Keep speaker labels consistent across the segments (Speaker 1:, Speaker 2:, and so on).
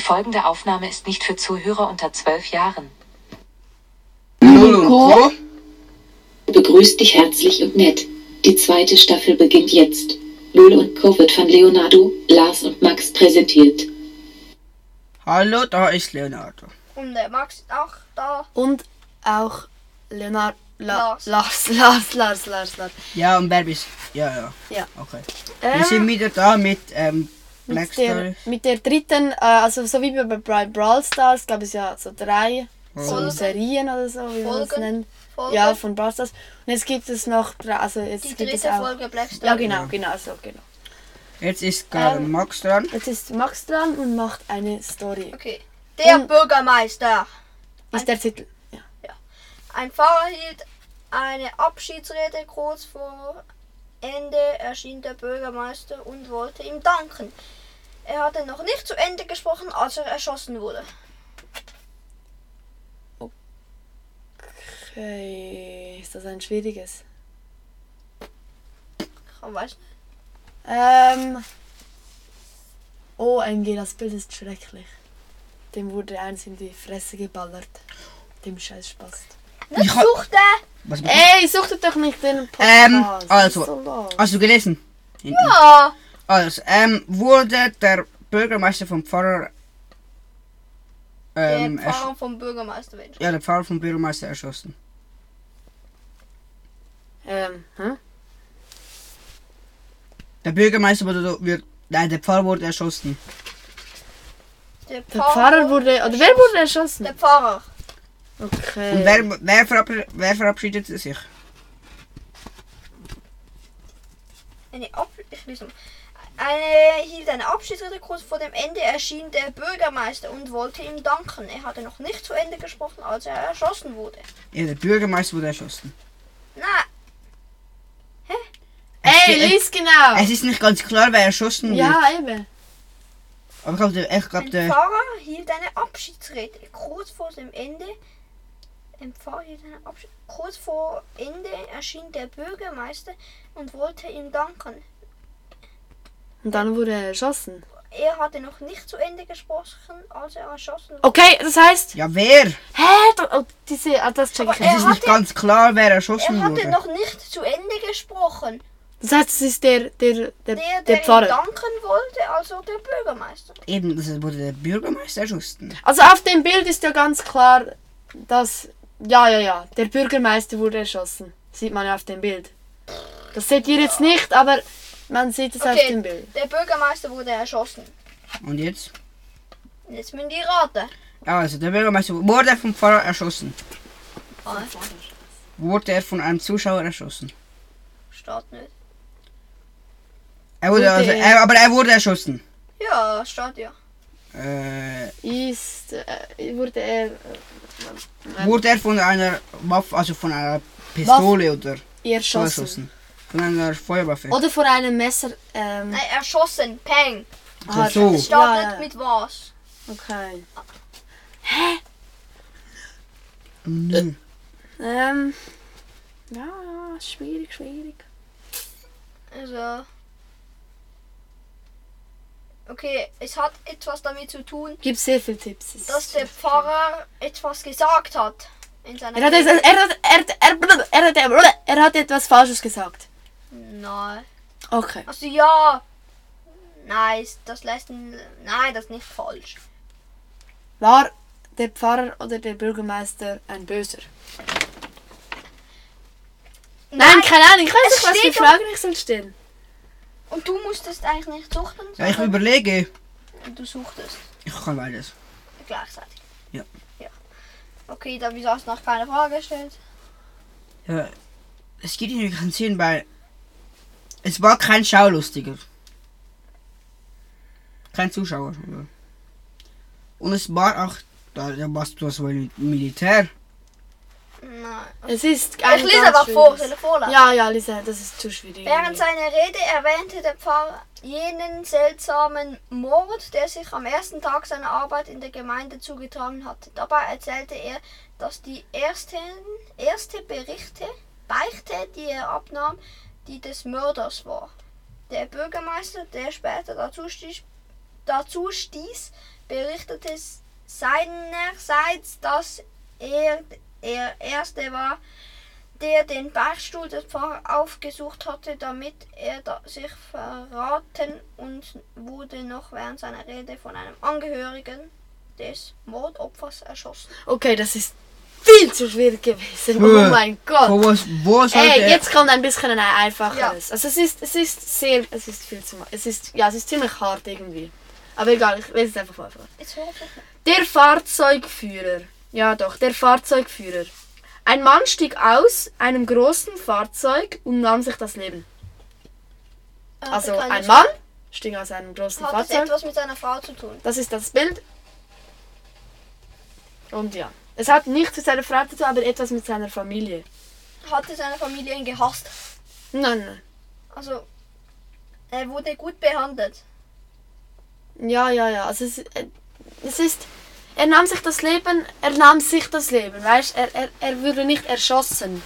Speaker 1: folgende Aufnahme ist nicht für Zuhörer unter zwölf Jahren.
Speaker 2: Null und Co.
Speaker 3: begrüßt dich herzlich und nett. Die zweite Staffel beginnt jetzt. Null und Co. wird von Leonardo, Lars und Max präsentiert.
Speaker 2: Hallo, da ist Leonardo.
Speaker 4: Und äh, der Max ist auch da.
Speaker 5: Und auch Leonard, La,
Speaker 4: Lars.
Speaker 5: Lars, Lars, Lars, Lars, Lars.
Speaker 2: Ja, und wer bist Ja, ja.
Speaker 5: Ja.
Speaker 2: Okay. Wir sind
Speaker 5: Ähm,
Speaker 2: wieder da mit ähm, Black
Speaker 5: mit,
Speaker 2: Story.
Speaker 5: der, mit der dritten, äh, also so wie bei- bei Bra- Brawl Stars gab es ja so drei so
Speaker 4: Folgen.
Speaker 5: Serien oder so, wie man das
Speaker 4: Folgen.
Speaker 5: nennt.
Speaker 4: Folge.
Speaker 5: Ja, von Brawl Stars. Und jetzt gibt es noch, drei- also jetzt
Speaker 4: die
Speaker 5: gibt es
Speaker 4: dritte
Speaker 5: auch.
Speaker 4: Folge Black Star.
Speaker 5: Ja, genau, genau, so, genau.
Speaker 2: Jetzt ist gerade
Speaker 5: Ähm,
Speaker 2: Max dran.
Speaker 5: Jetzt ist Max dran und macht eine Story.
Speaker 4: Okay. Der
Speaker 5: Und-
Speaker 4: Bürgermeister.
Speaker 5: Ist der Titel. Ja.
Speaker 4: Ein Fahrer hielt eine Abschiedsrede kurz vor Ende erschien der Bürgermeister und wollte ihm danken. Er hatte noch nicht zu Ende gesprochen, als er erschossen wurde.
Speaker 5: Okay, ist das ein schwieriges?
Speaker 4: Ich weiß nicht.
Speaker 5: Ähm. OMG, das Bild ist schrecklich. Dem wurde eins in die Fresse geballert. Dem scheiß Spast.
Speaker 4: Nicht
Speaker 2: Ich ha-
Speaker 4: suchte!
Speaker 2: Was
Speaker 5: Ey, suchtet doch nicht den Podcast.
Speaker 2: Mhm. Ähm,
Speaker 5: Was ist
Speaker 2: also.
Speaker 5: So los?
Speaker 2: Hast du gelesen? Hinten.
Speaker 4: Ja!
Speaker 2: Also, ähm, wurde der Bürgermeister vom Pfarrer.
Speaker 4: Der
Speaker 2: Ähm, ersch-
Speaker 4: Fahrer vom Bürgermeister wird.
Speaker 2: ja, der Pfarrer vom Bürgermeister erschossen.
Speaker 5: Ähm, hm?
Speaker 2: Der Bürgermeister wurde. do- Wird, nein, der Pfarrer wurde erschossen.
Speaker 5: Der Pfarrer wurde. Oder wer wurde erschossen?
Speaker 4: Der Pfarrer.
Speaker 5: Okay.
Speaker 2: Und wer, wer, verabschied, wer verabschiedete sich?
Speaker 4: Eine Ab ich lese noch. eine, hielt eine Abschiedsrede kurz vor dem Ende erschien der Bürgermeister und wollte ihm danken. Er hatte noch nicht zu Ende gesprochen, als er erschossen wurde.
Speaker 2: Ja, der Bürgermeister wurde erschossen.
Speaker 4: Na,
Speaker 5: Ey, lies genau!
Speaker 2: Es ist nicht ganz klar, wer erschossen wird.
Speaker 5: Ja, eben.
Speaker 2: Aber ich glaube, ich glaub,
Speaker 4: ein
Speaker 2: der.
Speaker 4: Pfarrer hielt eine Abschiedsrede kurz vor dem Ende. Ein Pfarrer hielt eine Abschied kurz vor Ende erschien der Bürgermeister und wollte ihm danken.
Speaker 5: Und dann wurde er erschossen.
Speaker 4: Er hatte noch nicht zu Ende gesprochen, als er erschossen wurde.
Speaker 5: Okay, das heißt.
Speaker 2: Ja, wer?
Speaker 5: Hä? Du- Oh, diese. Ah, das check ich
Speaker 4: Aber
Speaker 2: Es ist
Speaker 4: er
Speaker 5: nicht.
Speaker 4: hat-
Speaker 2: nicht ganz klar, wer erschossen
Speaker 4: Er hatte
Speaker 2: wurde.
Speaker 4: noch nicht zu Ende gesprochen.
Speaker 5: Das heißt, es ist der. Der, der,
Speaker 4: Der, der
Speaker 5: der
Speaker 4: ihm
Speaker 5: Pfarrer.
Speaker 4: danken wollte, also der Bürgermeister.
Speaker 2: Eben, das wurde der Bürgermeister erschossen.
Speaker 5: Also auf dem Bild ist ja ganz klar, dass. Ja, ja, ja. Der Bürgermeister wurde erschossen. Sieht man ja auf dem Bild. Das seht ihr jetzt nicht, aber man sieht es auf dem Bild.
Speaker 4: der Bürgermeister wurde erschossen.
Speaker 2: Und jetzt?
Speaker 4: Und Jetzt müssen die raten.
Speaker 2: Ja, also der Bürgermeister wurde vom Pfarrer erschossen.
Speaker 4: Ah,
Speaker 2: Wurde er von einem Zuschauer erschossen.
Speaker 4: steht nicht.
Speaker 2: Er wurde
Speaker 5: Wurde
Speaker 2: also,
Speaker 5: er-
Speaker 2: er, aber er wurde erschossen.
Speaker 4: Ja, steht ja.
Speaker 2: Äh,
Speaker 5: Ist. Äh, wurde er.
Speaker 2: wurde er von einer Waffe, also von einer Pistole oder
Speaker 5: Äh,
Speaker 2: so
Speaker 5: erschossen.
Speaker 2: erschossen? Von einer Feuerwaffe.
Speaker 5: Oder vor einem Messer. Ähm,
Speaker 4: Nein, erschossen. Peng.
Speaker 5: ah,
Speaker 2: so.
Speaker 5: das-
Speaker 4: Steht
Speaker 5: Ja,
Speaker 4: nicht
Speaker 5: ja,
Speaker 4: mit was.
Speaker 5: Okay.
Speaker 2: Nö.
Speaker 5: Ähm. Ja, ja, schwierig, schwierig.
Speaker 4: Also. Okay, es hat etwas damit zu tun,
Speaker 5: Gibt sehr viele Tipps. Es-
Speaker 4: dass der Pfarrer etwas gesagt hat. In seiner
Speaker 5: Er hat, es- er,
Speaker 4: Rede.
Speaker 5: hat, er, hat, er, hat, er, hat, er hat etwas Falsches gesagt.
Speaker 4: Nein.
Speaker 5: Okay.
Speaker 4: Also ja. Nein, das lässt ihn. Nein, das ist nicht falsch.
Speaker 5: War der Pfarrer oder der Bürgermeister ein Böser? Nein, keine Ahnung, ich weiß
Speaker 4: es
Speaker 5: nicht, was für
Speaker 4: steht
Speaker 5: Fragen ich soll stellen.
Speaker 4: Und du musstest eigentlich nicht suchten,
Speaker 2: Ja, ich
Speaker 4: sondern
Speaker 2: überlege.
Speaker 4: du suchtest.
Speaker 2: Ich kann beides.
Speaker 4: Gleichzeitig.
Speaker 2: Ja.
Speaker 4: ja. Okay, dann wieso hast du noch keine Frage gestellt?
Speaker 2: Ja, es gibt irgendwie keinen Sinn, weil es war kein Schaulustiger. Kein Zuschauer. Oder? Und es war auch, da, da warst du das wohl Militär.
Speaker 4: Nein.
Speaker 5: Es ist
Speaker 4: Ich
Speaker 5: ein
Speaker 4: lese
Speaker 5: ganz
Speaker 4: aber vor, soll
Speaker 5: schwieriges-
Speaker 4: ich vorlesen?
Speaker 5: Ja, ja, Lisa, das ist zu schwierig.
Speaker 4: Während seiner Rede erwähnte der Pfarrer jenen seltsamen Mord, der sich am ersten Tag seiner Arbeit in der Gemeinde zugetragen hatte. Dabei erzählte er, dass die ersten, erste Berichte, Beichte, die er abnahm, die des Mörders war. Der Bürgermeister, der später dazu stieß, dazu stieß berichtete seinerseits, dass er der Erste war, der den Beichtstuhl des Pfarrers aufgesucht hatte, damit er da sich verraten und wurde noch während seiner Rede von einem Angehörigen des Mordopfers erschossen.
Speaker 5: Okay, das ist viel zu schwierig gewesen. Oh mein
Speaker 2: Wo,
Speaker 5: Gott.
Speaker 2: was, wo sollte
Speaker 5: Ey,
Speaker 2: er-
Speaker 5: jetzt kommt ein bisschen ein einfacheres.
Speaker 4: Ja.
Speaker 5: Also es ist, es ist sehr, es ist viel zu, ma- es ist, ja, es ist ziemlich hart irgendwie. Aber egal, ich lese es einfach mal vor.
Speaker 4: Jetzt hör auf mich.
Speaker 5: Der Fahrzeugführer. Ja doch, der Fahrzeugführer. Ein Mann stieg aus einem großen Fahrzeug und nahm sich das Leben.
Speaker 4: Äh,
Speaker 5: Also
Speaker 4: kann
Speaker 5: ein
Speaker 4: ich-
Speaker 5: Mann stieg aus einem großen
Speaker 4: Hat das
Speaker 5: Fahrzeug.
Speaker 4: etwas mit seiner Frau zu tun?
Speaker 5: Das ist das Bild. Und ja. Es hat nichts mit seiner Frau zu tun, aber etwas mit seiner Familie.
Speaker 4: Hatte seine Familie ihn gehasst?
Speaker 5: Nein,
Speaker 4: Also, er wurde gut behandelt.
Speaker 5: nein. Ja, ja, ja. Also es, äh, es ist. Er nahm sich das Leben, er nahm sich das Leben, weißt er, er, er wurde nicht erschossen.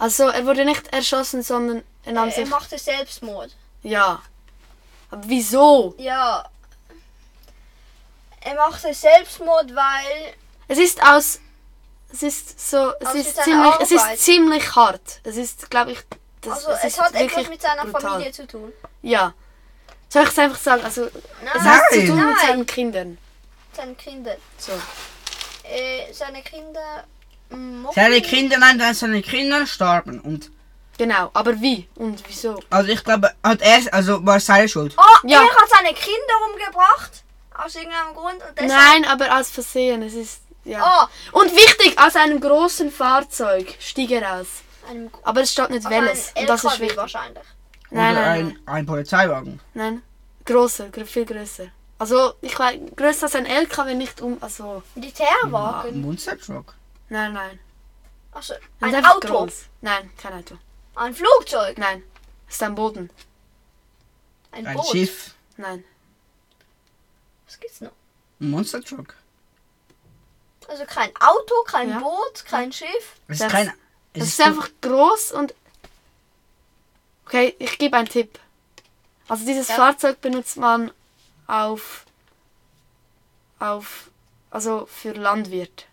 Speaker 5: Also er wurde nicht erschossen, sondern er nahm
Speaker 4: Er, er
Speaker 5: sich.
Speaker 4: machte Selbstmord.
Speaker 5: Ja. Aber wieso?
Speaker 4: Ja. Er machte Selbstmord, weil
Speaker 5: Es ist aus. Es ist so. Es
Speaker 4: Also
Speaker 5: ist
Speaker 4: seine
Speaker 5: ziemlich. Es
Speaker 4: Arbeit.
Speaker 5: ist ziemlich hart. Es ist, glaube ich. Das,
Speaker 4: also es,
Speaker 5: ist
Speaker 4: hat
Speaker 5: wirklich
Speaker 4: etwas mit seiner
Speaker 5: brutal.
Speaker 4: Familie zu tun.
Speaker 5: Ja. Soll ich es einfach sagen? Also,
Speaker 4: Nein,
Speaker 5: es hat zu tun
Speaker 4: Nein.
Speaker 5: mit seinen Kindern.
Speaker 4: seine Kinder.
Speaker 5: So.
Speaker 4: Äh, seine Kinder mm, mochten
Speaker 2: Seine
Speaker 4: ihn.
Speaker 2: Kinder, nein, dann seine Kinder starben. Und,
Speaker 5: Genau, aber wie und wieso?
Speaker 2: also ich glaube, hat er, also war es seine Schuld.
Speaker 4: Oh,
Speaker 5: Ja.
Speaker 4: er hat seine Kinder umgebracht aus irgendeinem Grund und deshalb. Oh,
Speaker 5: Nein, aber als Versehen. Es ist. Ja. Und wichtig, aus einem großen Fahrzeug stieg er aus.
Speaker 4: Einem, aus
Speaker 5: Aber es steht nicht welches.
Speaker 4: einem
Speaker 5: Und das ist
Speaker 4: LKW
Speaker 5: wichtig.
Speaker 4: wahrscheinlich.
Speaker 5: Nein,
Speaker 2: Oder
Speaker 5: nein, nein.
Speaker 2: ein, ein Polizeiwagen.
Speaker 5: nein. Grosser, gr- viel größer. Also, ich weiß, größer als ein LKW nicht um. Also,
Speaker 4: Militärwagen.
Speaker 2: Ein Monstertruck.
Speaker 5: nein, nein.
Speaker 4: Also
Speaker 5: Es ist
Speaker 4: ein
Speaker 5: einfach
Speaker 4: Auto.
Speaker 5: groß. Nein, kein Auto.
Speaker 4: Ein Flugzeug.
Speaker 5: Nein. Es ist am Boden.
Speaker 4: Ein,
Speaker 2: Ein
Speaker 4: Boot.
Speaker 2: Schiff.
Speaker 5: Nein.
Speaker 4: Was gibt's noch?
Speaker 2: Ein Monstertruck.
Speaker 4: Also kein Auto, kein
Speaker 5: Ja.
Speaker 4: Boot, kein Schiff.
Speaker 2: Es
Speaker 5: Das-
Speaker 2: ist kein. Es
Speaker 5: Es ist einfach groß und. Okay, ich gebe einen Tipp. Also dieses Fahrzeug benutzt man auf. auf. also für Landwirt.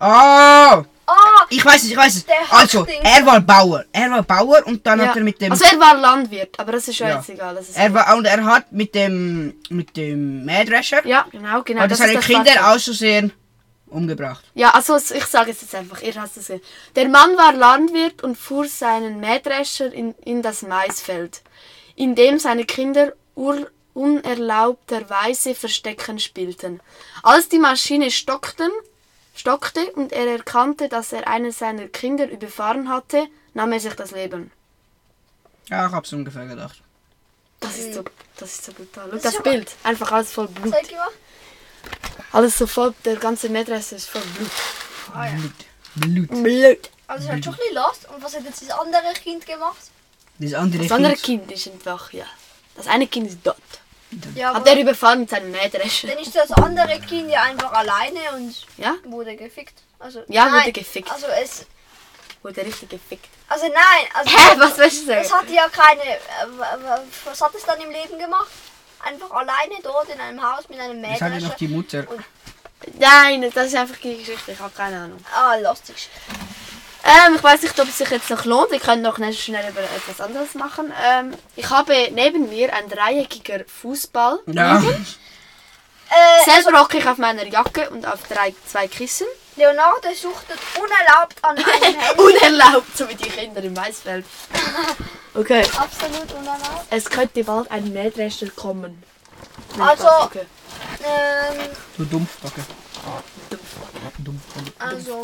Speaker 2: Oh!
Speaker 4: Ah,
Speaker 2: Ich weiß es, ich weiß es.
Speaker 4: Der hat
Speaker 2: Also,
Speaker 4: den-
Speaker 2: er war Bauer. Er war Bauer und dann hat
Speaker 5: Ja.
Speaker 2: er mit dem.
Speaker 5: also er war Landwirt, aber das ist ja
Speaker 2: Ja.
Speaker 5: jetzt egal. Das ist
Speaker 2: er
Speaker 5: gut.
Speaker 2: war, und er hat mit dem. mit dem Mähdrescher.
Speaker 5: ja, genau, genau.
Speaker 2: hat er
Speaker 5: das
Speaker 2: seine
Speaker 5: ist das
Speaker 2: Kinder
Speaker 5: Fahrzeug.
Speaker 2: aus Versehen umgebracht.
Speaker 5: Ja, also es- ich sage es jetzt einfach, ihr habt es gesehen. Der Mann war Landwirt und fuhr seinen Mähdrescher in, in das Maisfeld, in dem seine Kinder ur unerlaubterweise Verstecken spielten. Als die Maschine stockten, stockte und er erkannte, dass er eines seiner Kinder überfahren hatte, nahm er sich das Leben.
Speaker 2: Ja, ich hab's ungefähr gedacht.
Speaker 5: Das ist so, das ist so brutal. Schau,
Speaker 4: Das
Speaker 5: Hm. das
Speaker 4: ist ja-
Speaker 5: Bild, einfach alles voll Blut.
Speaker 4: zeig mal.
Speaker 5: Alles so voll, der ganze Mähdrescher ist voll Blut.
Speaker 4: Ah, ja.
Speaker 2: Blut. Blut.
Speaker 5: Blut.
Speaker 4: Also es hat schon ein bisschen lost. Und was hat jetzt das andere Kind gemacht?
Speaker 2: Das andere,
Speaker 5: Das andere
Speaker 2: Kind.
Speaker 5: Kind ist einfach, ja. Das eine Kind ist dort.
Speaker 4: Ja,
Speaker 5: Hat er überfahren mit seinem Mähdrescher?
Speaker 4: dann ist das andere Kind ja einfach alleine und
Speaker 5: Ja?
Speaker 4: wurde gefickt. Also,
Speaker 5: Ja,
Speaker 4: nein,
Speaker 5: wurde gefickt.
Speaker 4: Also es,
Speaker 5: Wurde richtig gefickt.
Speaker 4: also nein, also
Speaker 5: Hä? Was willst du
Speaker 4: es
Speaker 5: sagen?
Speaker 4: hat ja keine, äh, w- w- was hat es dann im Leben gemacht? Einfach alleine dort in einem Haus mit einem
Speaker 2: Das hat ja
Speaker 4: Mädchen.
Speaker 2: noch die Mutter.
Speaker 5: Nein, das ist einfach die Geschichte. Ich habe keine Ahnung.
Speaker 4: Ah, lustig.
Speaker 5: Ähm, ich weiß nicht, ob es sich jetzt noch lohnt. Wir können noch nicht schnell über etwas anderes machen. Ähm, ich habe neben mir einen dreieckiger Fußball.
Speaker 2: Ja.
Speaker 4: Äh,
Speaker 5: Selber hocke ich auf meiner Jacke und auf drei, zwei Kissen.
Speaker 4: Leonardo suchtet unerlaubt an einem Handy.
Speaker 5: Unerlaubt, so wie die Kinder im Maisfeld. Okay.
Speaker 4: Absolut unerlaubt.
Speaker 5: Es könnte bald ein Mähdrescher kommen. Nein,
Speaker 4: Also-
Speaker 5: Gott, okay.
Speaker 4: Ähm,
Speaker 2: Du Dumpfbacke. Dumpfbacke.
Speaker 4: also,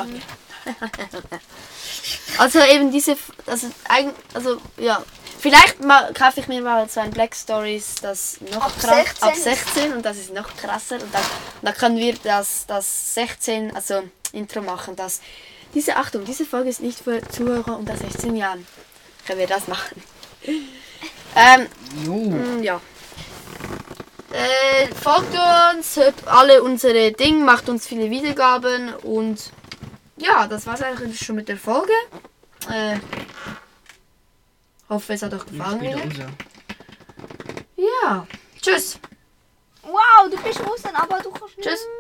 Speaker 5: Also eben diese, also eigentlich, also ja. Vielleicht mal, kaufe ich mir mal so ein Black Stories, das noch
Speaker 4: Ab
Speaker 5: krass,
Speaker 4: 16.
Speaker 5: ab 16 und das ist noch krasser und dann, dann können wir das, das 16, also Intro machen, das, diese, Achtung, diese Folge ist nicht für Zuhörer unter 16 Jahren. Können wir das machen? Ähm,
Speaker 2: Jo.
Speaker 5: Mm, Ja. Äh, folgt uns, hört alle unsere Dinge, macht uns viele Wiedergaben und ja, das war's eigentlich schon mit der Folge. Äh, hoffe, es hat euch
Speaker 2: Jetzt
Speaker 5: gefallen.
Speaker 2: wieder
Speaker 5: Willi.
Speaker 2: raus.
Speaker 5: Ja. Tschüss.
Speaker 4: Wow, du bist Russen, aber du kannst nicht.
Speaker 5: Tschüss.